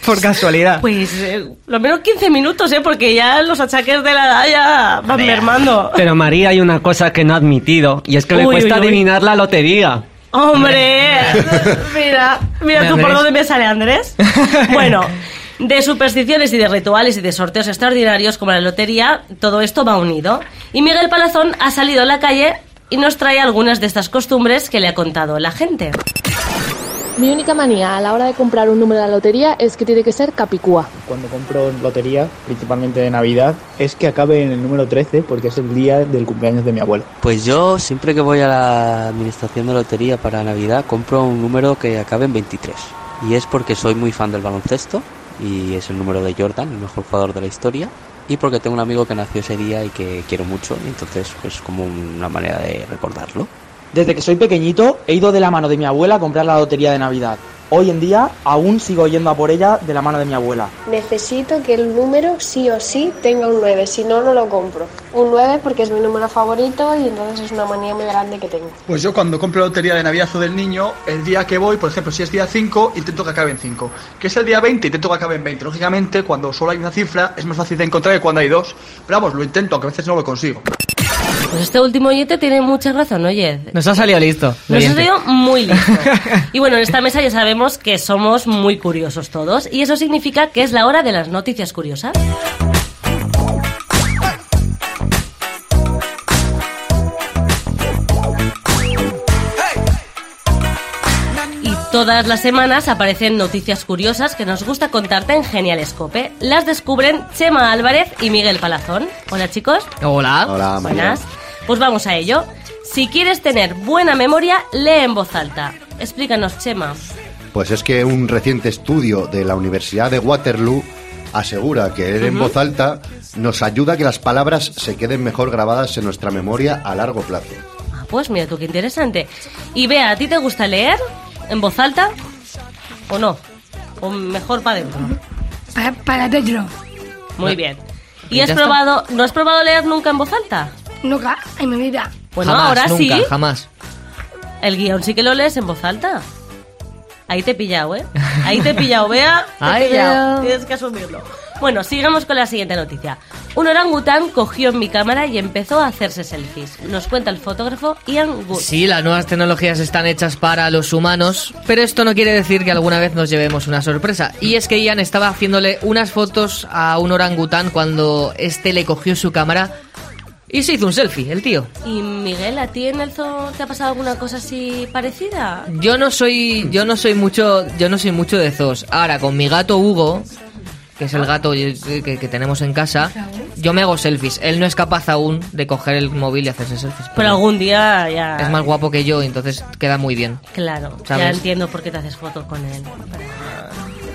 Speaker 9: por casualidad.
Speaker 1: Pues eh, lo menos 15 minutos, ¿eh? Porque ya los achaques de la edad ya van mermando.
Speaker 7: Pero María hay una cosa que no ha admitido, y es que le
Speaker 1: Uy,
Speaker 7: cuesta
Speaker 1: uy, uy.
Speaker 7: adivinar la lotería.
Speaker 1: Hombre, mira,
Speaker 9: Hombre,
Speaker 1: mira tú por
Speaker 9: Andrés.
Speaker 1: dónde me sale Andrés. Bueno, de supersticiones y de rituales y de sorteos extraordinarios como la lotería, todo esto va unido. Y Miguel Palazón ha salido a la calle y nos trae algunas de estas costumbres que le ha contado la gente.
Speaker 14: Mi única manía a la hora de comprar un número de la lotería es que tiene que ser Capicúa.
Speaker 15: Cuando compro lotería, principalmente de Navidad, es que acabe en el número 13 porque es el día del cumpleaños de mi abuelo.
Speaker 16: Pues yo siempre que voy a la administración de lotería para Navidad compro un número que acabe en 23.
Speaker 13: y es porque soy muy fan del baloncesto y es el número de Jordan, el mejor jugador de la historia, y porque tengo un amigo que nació ese día y que quiero mucho, y entonces pues como una manera de recordarlo.
Speaker 16: Desde que soy pequeñito he ido de la mano de mi abuela a comprar la lotería de Navidad. Hoy en día aún sigo yendo a por ella de la mano de mi abuela.
Speaker 17: Necesito que el número sí o sí tenga un 9, si no, no lo compro. Un 9 porque es mi número favorito y entonces es una manía muy grande que tengo.
Speaker 18: Pues yo cuando compro la lotería de Navidad o del niño, el día que voy, por ejemplo, si es día 5, intento que acabe en 5. Que es el día 20, intento que acabe en 20. Lógicamente, cuando solo hay una cifra, es más fácil de encontrar que cuando hay dos. Pero vamos, lo intento, aunque a veces no lo consigo.
Speaker 1: Pues este último oyente tiene mucha razón, oye.
Speaker 9: Nos ha salido listo.
Speaker 1: Nos ha
Speaker 9: Oyente.
Speaker 1: salido muy listo. Y bueno, en esta mesa ya sabemos que somos muy curiosos todos y eso significa que es la hora de las noticias curiosas. Y Todas las semanas aparecen noticias curiosas que nos gusta contarte en Genial Escope. Las descubren Chema Álvarez y Miguel Palazón. Hola chicos.
Speaker 9: Hola.
Speaker 4: Hola,
Speaker 1: Buenas. Pues vamos a ello. Si quieres tener buena memoria, lee en voz alta. Explícanos, Chema.
Speaker 4: Pues es que un reciente estudio de la Universidad de Waterloo asegura que leer en
Speaker 1: Ujú.
Speaker 4: voz alta nos ayuda a que las palabras se queden mejor grabadas en nuestra memoria a largo plazo.
Speaker 1: Ah, pues mira tú qué interesante. Y Bea, ¿a ti te gusta leer en voz alta o no? O mejor para adentro.
Speaker 6: Para, para dentro.
Speaker 1: Muy
Speaker 6: Ya.
Speaker 1: bien.
Speaker 6: Ya
Speaker 1: ¿Y has
Speaker 6: está.
Speaker 1: probado, no has probado leer nunca en voz alta?
Speaker 6: Nunca en mi vida.
Speaker 1: Bueno, ahora sí,
Speaker 9: jamás.
Speaker 1: el guión sí que lo lees en voz alta. Ahí te he pillado, ¿eh? Ahí te he pillado, Bea. Te he
Speaker 9: Ay,
Speaker 1: pillado.
Speaker 9: Bea.
Speaker 1: Tienes que asumirlo. Bueno, sigamos con la siguiente noticia. Un orangután cogió mi cámara y empezó a hacerse selfies. Nos cuenta el fotógrafo Ian Good.
Speaker 9: Sí, las nuevas tecnologías están hechas para los humanos, pero esto no quiere decir que alguna vez nos llevemos una sorpresa. Y es que Ian estaba haciéndole unas fotos a un orangután cuando este le cogió su cámara y se hizo un selfie, el tío.
Speaker 1: Y Miguel, ¿a ti en el zoo te ha pasado alguna cosa así parecida?
Speaker 9: Yo no soy, yo no soy mucho, yo no soy mucho de zoos. Ahora con mi gato Hugo, que es el gato que, que- que tenemos en casa, yo me hago selfies. Él no es capaz aún de coger el móvil y hacerse selfies.
Speaker 1: Pero algún día ya...
Speaker 9: es más guapo que yo, entonces queda muy bien.
Speaker 1: Claro, ya
Speaker 9: ¿Sabes?
Speaker 1: entiendo por qué te haces fotos con él.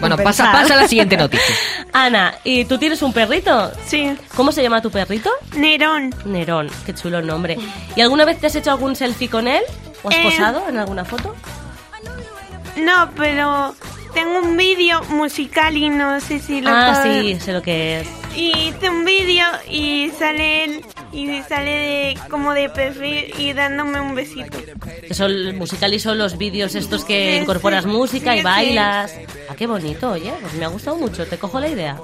Speaker 9: Bueno,
Speaker 1: Compensar.
Speaker 9: pasa, pasa a la siguiente noticia.
Speaker 1: Ana, ¿y tú tienes un perrito?
Speaker 5: Sí.
Speaker 1: ¿Cómo se llama tu perrito?
Speaker 5: Nerón.
Speaker 1: Nerón, qué chulo el nombre. ¿Y alguna vez te has hecho algún selfie con él? ¿O has
Speaker 5: Eh.
Speaker 1: posado en alguna foto?
Speaker 5: No, pero tengo un vídeo musical y no sé si lo
Speaker 1: ah,
Speaker 5: puedo-
Speaker 1: sí, sé lo que es.
Speaker 5: Y hice un vídeo y sale él y sale de, como de perfil y dándome un besito.
Speaker 1: Que son el musical y son los vídeos estos que
Speaker 5: Sí,
Speaker 1: incorporas
Speaker 5: sí,
Speaker 1: música
Speaker 5: sí,
Speaker 1: y
Speaker 5: sí.
Speaker 1: bailas. Ah, qué bonito, oye, pues me ha gustado mucho, te cojo la idea.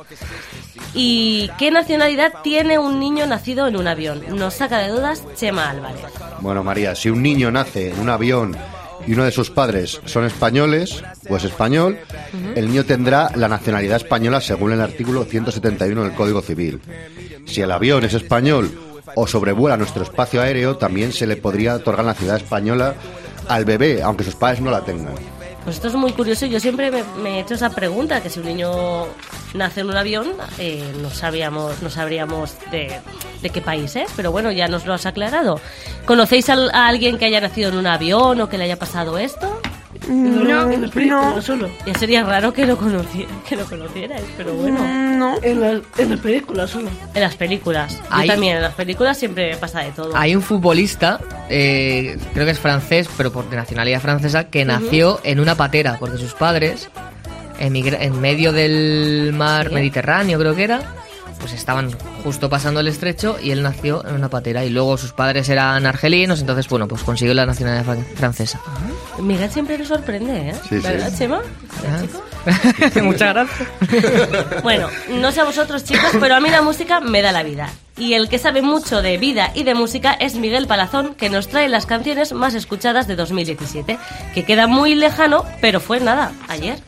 Speaker 1: ¿Y qué nacionalidad tiene un niño nacido en un avión? Nos saca de dudas Chema Álvarez.
Speaker 4: Bueno, María, si un niño nace en un avión y uno de sus padres son españoles, pues español, el niño tendrá la nacionalidad española según el artículo 171 del Código Civil. Si el avión es español o sobrevuela nuestro espacio aéreo, también se le podría otorgar la nacionalidad española al bebé, aunque sus padres no la tengan.
Speaker 1: Pues esto es muy curioso. Yo siempre me, me he hecho esa pregunta, que si un niño nace en un avión, eh, no sabíamos, no sabríamos de, de qué país es, pero bueno, ya nos lo has aclarado. ¿Conocéis al- a alguien que haya nacido en un avión o que le haya pasado esto?
Speaker 3: No, en las películas solo.
Speaker 1: Ya sería raro que lo, conoci- que lo conocierais, pero bueno.
Speaker 9: Mm.
Speaker 5: No.
Speaker 3: En las, en las películas solo.
Speaker 1: En las películas.
Speaker 9: Ahí- Ah.
Speaker 1: Yo también, en las películas siempre me pasa de todo.
Speaker 9: Hay un futbolista, eh, creo que es francés, pero por de nacionalidad francesa, que nació en una patera, porque sus padres, emigra- en medio del mar
Speaker 1: Sí.
Speaker 9: Mediterráneo, creo que era, pues estaban justo pasando el estrecho y él nació en una patera. Y luego sus padres eran argelinos, entonces, bueno, pues consiguió la nacionalidad fran- francesa.
Speaker 1: Miguel siempre nos sorprende, ¿eh?
Speaker 9: Sí, Ah. sí.
Speaker 1: ¿Verdad, Chema?
Speaker 9: Muchas gracias.
Speaker 1: Bueno, no sé a vosotros chicos, pero a mí la música me da la vida. Y el que sabe mucho de vida y de música es Miguel Palazón, que nos trae las canciones más escuchadas de 2017, que queda muy lejano, pero fue nada, ayer.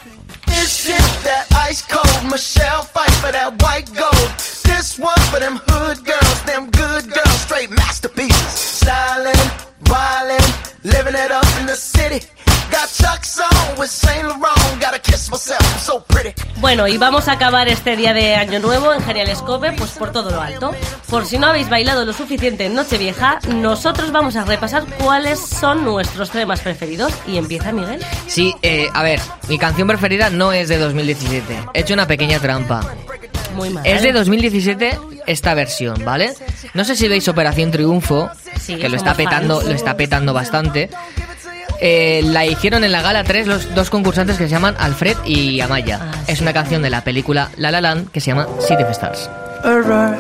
Speaker 19: This shit that ice cold. Michelle fight for that white gold. This one for them hood girls, them good girls, straight masterpieces. Stylin', wildin', living it up in the city. Got Chuck's on with Saint Laurent. Gotta kiss myself. I'm so pretty.
Speaker 1: Bueno, y vamos a acabar este día de Año Nuevo en Genial Scope, pues por todo lo alto. Por si no habéis bailado lo suficiente en Nochevieja, nosotros vamos a repasar cuáles son nuestros temas preferidos. Y empieza Miguel.
Speaker 9: Sí, eh, a ver, mi canción preferida no es de 2017. He hecho una pequeña trampa.
Speaker 1: Muy mal. ¿eh?
Speaker 9: Es de 2017 esta versión, ¿vale? No sé si veis Operación Triunfo,
Speaker 1: Sí,
Speaker 9: que lo está
Speaker 1: somos
Speaker 9: petando,
Speaker 1: fans.
Speaker 9: lo está petando bastante. Eh, la hicieron en la gala 3 los dos concursantes que se llaman Alfred y Amaya.
Speaker 1: Ah,
Speaker 9: es una canción de la película La La Land que se llama City of Stars.
Speaker 10: A rush,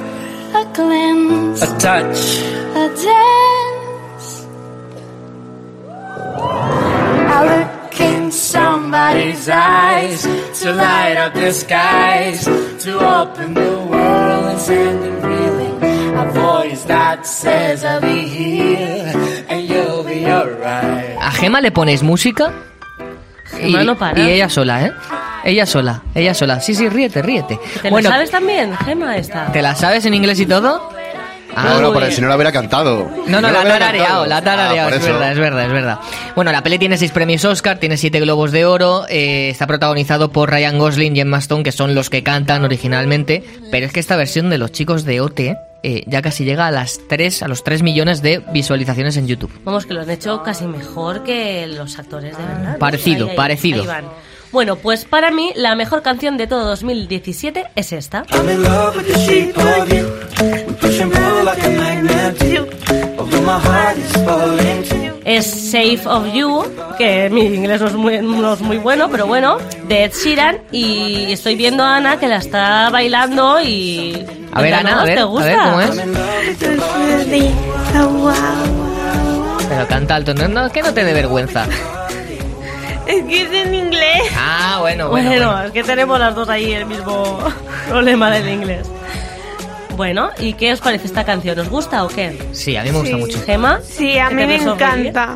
Speaker 10: a glimpse,
Speaker 9: A touch.
Speaker 10: a dance. I look in somebody's eyes to light up the skies, to open the world and send it reeling. A voice that says I'll be here and you'll be alright.
Speaker 9: A Gema le pones música. Y,
Speaker 1: Gema no para.
Speaker 9: y ella sola, ¿eh? Ella sola, ella sola. Sí, sí, ríete, ríete.
Speaker 1: ¿Te lo sabes también, Gema, esta?
Speaker 9: ¿te la sabes en inglés y todo? Ah,
Speaker 4: no, no,
Speaker 9: muy
Speaker 4: pero
Speaker 9: bien.
Speaker 4: si no la hubiera cantado.
Speaker 9: No, no,
Speaker 4: Si
Speaker 9: la
Speaker 4: hubiera
Speaker 9: tarareado,
Speaker 4: cantado.
Speaker 9: la ha tarareado,
Speaker 4: Ah, por
Speaker 9: es
Speaker 4: eso.
Speaker 9: verdad, es verdad, es verdad. Bueno, la peli tiene seis premios Oscar, tiene siete globos de oro, eh, está protagonizado por Ryan Gosling y Emma Stone, que son los que cantan originalmente, pero es que esta versión de los chicos de OT eh, ya casi llega a las tres, a los 3 millones de visualizaciones en YouTube.
Speaker 1: Vamos, que lo han hecho casi mejor que los actores de verdad. ¿no?
Speaker 9: Ah, Parecido,
Speaker 1: Ahí, ahí,
Speaker 9: parecido.
Speaker 1: ahí van. Bueno, pues para mí la mejor canción de todo 2017 es esta.
Speaker 10: I'm in love with the shape of you. We push and pull like a magnet do. Although my heart is falling to you.
Speaker 1: Es Safe of You, que mi inglés no es muy, no es muy bueno, pero bueno, de Ed Sheeran. Y estoy viendo a Ana que la está bailando y...
Speaker 9: A ver, Ana, a
Speaker 1: Cuéntanos,
Speaker 9: ver,
Speaker 1: ¿te
Speaker 9: a
Speaker 1: gusta?
Speaker 9: ver cómo es. Pero canta alto, no, no, que no te dé vergüenza.
Speaker 5: Es que es en inglés.
Speaker 9: Ah, bueno,
Speaker 1: Bueno,
Speaker 9: bueno. bueno.
Speaker 1: es que tenemos las dos ahí el mismo problema del inglés. Bueno, ¿y qué os parece esta canción? ¿Os gusta o qué?
Speaker 9: Sí, a mí me gusta
Speaker 5: Sí.
Speaker 9: mucho.
Speaker 1: ¿Gema?
Speaker 5: Sí, a
Speaker 1: ¿Te
Speaker 5: mí me
Speaker 1: quieres sonreír?
Speaker 5: encanta.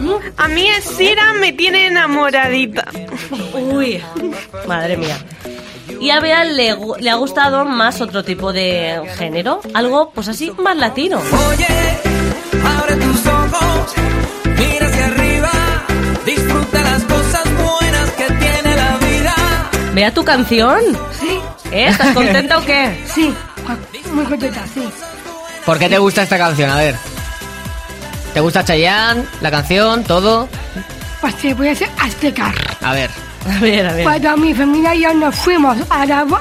Speaker 3: ¿Mm?
Speaker 5: A mí el Sira me tiene enamoradita.
Speaker 1: Uy, madre mía. Y a Bea le, gu- le ha gustado más otro tipo de género, algo pues así más latino.
Speaker 10: Abre tus ojos, mira hacia arriba. Disfruta las cosas buenas que tiene la vida.
Speaker 1: Vea tu canción.
Speaker 6: Sí.
Speaker 1: ¿Eh? ¿Estás contenta o qué?
Speaker 6: Sí, muy contenta, sí.
Speaker 9: ¿Por qué te gusta esta canción? A ver. ¿Te gusta Chayanne? ¿La canción? ¿Todo?
Speaker 6: Pues te voy a hacer- a explicar.
Speaker 9: A ver.
Speaker 1: A ver, a
Speaker 6: Cuando mi familia y yo nos fuimos a la bo-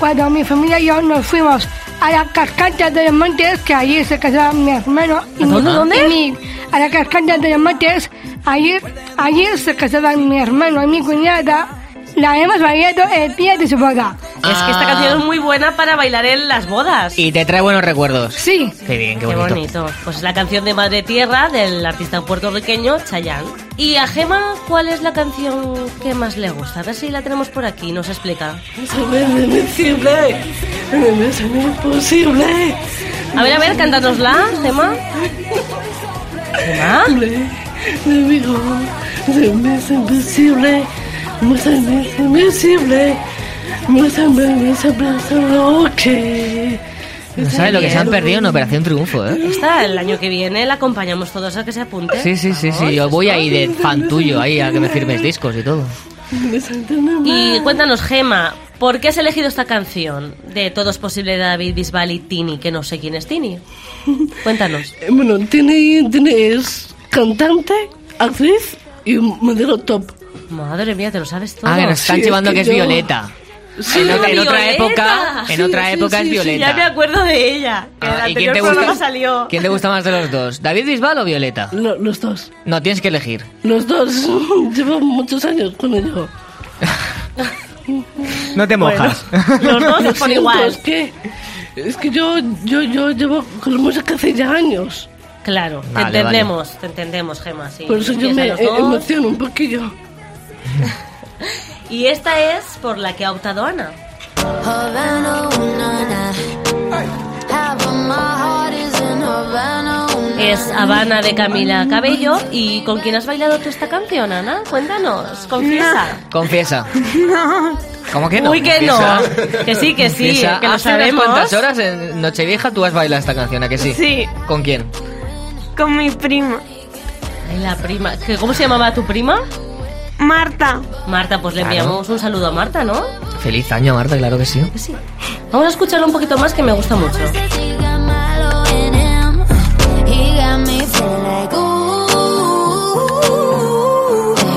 Speaker 6: cuando mi familia y yo nos fuimos a la cascada de los montes, que allí se casaron mi hermano y
Speaker 1: ¿A
Speaker 6: mi,
Speaker 1: dónde, dónde?
Speaker 6: y mi- a la cascada de los montes, allí, allí se casaban mi hermano y mi cuñada, la hemos bailado el día de su boda.
Speaker 1: Es que esta canción es muy buena para bailar en las bodas.
Speaker 9: Y te trae buenos recuerdos.
Speaker 6: Sí.
Speaker 9: Qué bien, qué bonito.
Speaker 1: Pues es la canción de Madre Tierra del artista puertorriqueño Chayanne. Y a Gema, ¿cuál es la canción que más le gusta? A ver si la tenemos por aquí, nos explica.
Speaker 10: Invencible, es imposible.
Speaker 1: A ver, a ver, cántanosla, Gema. ¿Ah?
Speaker 3: Mi amigo, se me es imposible, no se me es imposible, no se me es imposible, lo que...
Speaker 9: No sabes lo que se han perdido en Operación Triunfo, ¿eh?
Speaker 1: Esta, el año que viene, la acompañamos todos a que se apunte.
Speaker 9: Sí, sí, sí, sí. Yo voy ahí de fan tuyo, ahí a que me firmes discos y todo.
Speaker 1: Y cuéntanos, Gema, ¿por qué has elegido esta canción de Todo es posible de David Bisbal y Tini? Que no sé quién es Tini. Cuéntanos.
Speaker 3: Eh, Bueno, tiene, tiene- es cantante, actriz y modelo top.
Speaker 1: Madre mía, te lo sabes todo.
Speaker 9: Ah, que nos están
Speaker 3: Sí, es
Speaker 9: llevando
Speaker 3: que
Speaker 9: que es
Speaker 3: yo-
Speaker 9: Violeta.
Speaker 3: Sí,
Speaker 9: en, otra, en otra
Speaker 1: Violeta.
Speaker 9: época, en
Speaker 1: Sí,
Speaker 9: otra
Speaker 1: sí,
Speaker 9: época
Speaker 1: sí,
Speaker 9: es
Speaker 1: sí, Ya me
Speaker 9: Violeta.
Speaker 1: acuerdo de ella. que
Speaker 9: Ah,
Speaker 1: el
Speaker 9: ¿y quién
Speaker 1: anterior
Speaker 9: te
Speaker 1: programa
Speaker 9: gusta?
Speaker 1: salió.
Speaker 9: ¿Quién te gusta más de los dos? ¿David Bisbal o Violeta?
Speaker 3: Lo- los dos.
Speaker 9: No, tienes que elegir.
Speaker 3: Los dos. Llevo muchos años con ello.
Speaker 9: No te mojas.
Speaker 1: Los dos por
Speaker 3: siento,
Speaker 1: igual.
Speaker 3: Es que, es que yo, yo, yo llevo con la música hace ya años.
Speaker 1: Claro,
Speaker 3: Vale,
Speaker 1: te entendemos, te entendemos, Gema. Sí.
Speaker 3: Por eso yo
Speaker 1: Piensa
Speaker 3: me
Speaker 1: los
Speaker 3: eh,
Speaker 1: dos.
Speaker 3: emociono un poquillo.
Speaker 1: Y esta es por la que ha optado Ana.
Speaker 10: Havana, ooh, na, na. Half of my heart is in Havana, ooh, na,
Speaker 1: Es Habana de Camila Cabello. ¿Y con quién has bailado tú esta canción, Ana? Cuéntanos, confiesa.
Speaker 9: Confiesa.
Speaker 5: No.
Speaker 9: ¿Cómo que no?
Speaker 1: Uy, que no.
Speaker 9: Confiesa.
Speaker 1: Que sí, que sí,
Speaker 9: Confiesa.
Speaker 1: que lo
Speaker 9: Hace
Speaker 1: sabemos.
Speaker 9: Unas cuantas horas en Nochevieja tú has bailado esta canción, ¿a que sí?
Speaker 5: Sí.
Speaker 9: ¿Con quién?
Speaker 5: Con mi prima.
Speaker 1: Ay, la prima. ¿Qué- ¿Cómo se llamaba tu prima?
Speaker 5: Marta.
Speaker 1: Marta, pues le
Speaker 9: Claro.
Speaker 1: enviamos un saludo a Marta, ¿no?
Speaker 9: Feliz año, Marta, claro que sí.
Speaker 1: Vamos a escucharlo un poquito más que me gusta mucho.
Speaker 20: He got me feeling like ooh.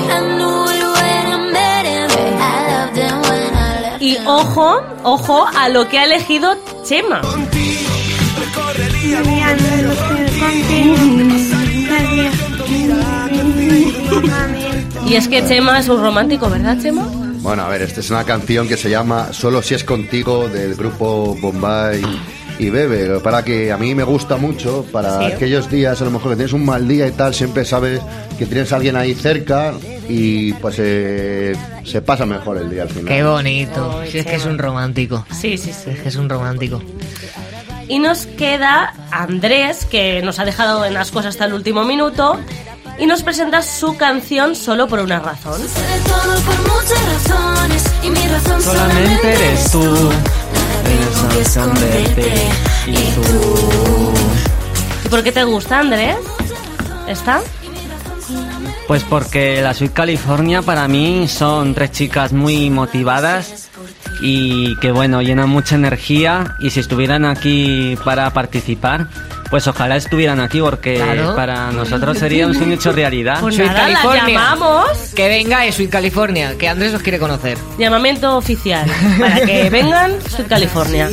Speaker 20: I knew it when I met him. I loved him when I left.
Speaker 1: Y ojo, ojo a lo que ha elegido Chema. Y es que Chema es un romántico, ¿verdad, Chema?
Speaker 4: Bueno, a ver, esta es una canción que se llama Solo si es contigo del grupo Bombay y Bebe. Lo Para que a mí me gusta mucho, para
Speaker 1: Sí.
Speaker 4: aquellos días, a lo mejor que tienes un mal día y tal, siempre sabes que tienes a alguien ahí cerca y pues eh, se pasa mejor el día al final.
Speaker 9: Qué bonito. Si es que es un romántico.
Speaker 1: Sí, sí, sí.
Speaker 9: Es que es un romántico.
Speaker 1: Y nos queda Andrés, que nos ha dejado en las cosas hasta el último minuto, y nos presenta su canción solo por una razón.
Speaker 20: De todo por muchas razones. Y mi razón
Speaker 10: Solamente eres tú, el San verte y tú.
Speaker 1: ¿Y por qué te gusta, Andrés? ¿Está?
Speaker 7: Pues porque la Sweet California para mí son tres chicas muy motivadas y que bueno, llenan mucha energía y si estuvieran aquí para participar, pues ojalá estuvieran aquí porque
Speaker 9: Claro.
Speaker 7: para nosotros sería un sueño hecho realidad.
Speaker 1: Pues nada, la llamamos.
Speaker 9: Que venga Sweet California, que Andrés os quiere conocer.
Speaker 1: Llamamiento oficial para que vengan Sweet California.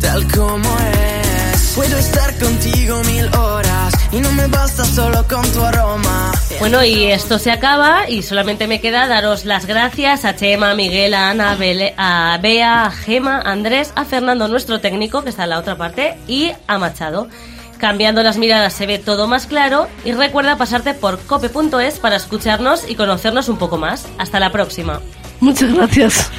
Speaker 11: tal como es. Puedo estar contigo mil horas y no me basta solo con tu aroma.
Speaker 1: Bueno, y esto se acaba y solamente me queda daros las gracias a Chema, a Miguel, a Ana, a Bele- a Bea, a Gema, a Andrés, a Fernando, nuestro técnico, que está en la otra parte, y a Machado. Cambiando las miradas se ve todo más claro y recuerda pasarte por cope.es para escucharnos y conocernos un poco más. Hasta la próxima.
Speaker 3: Muchas gracias.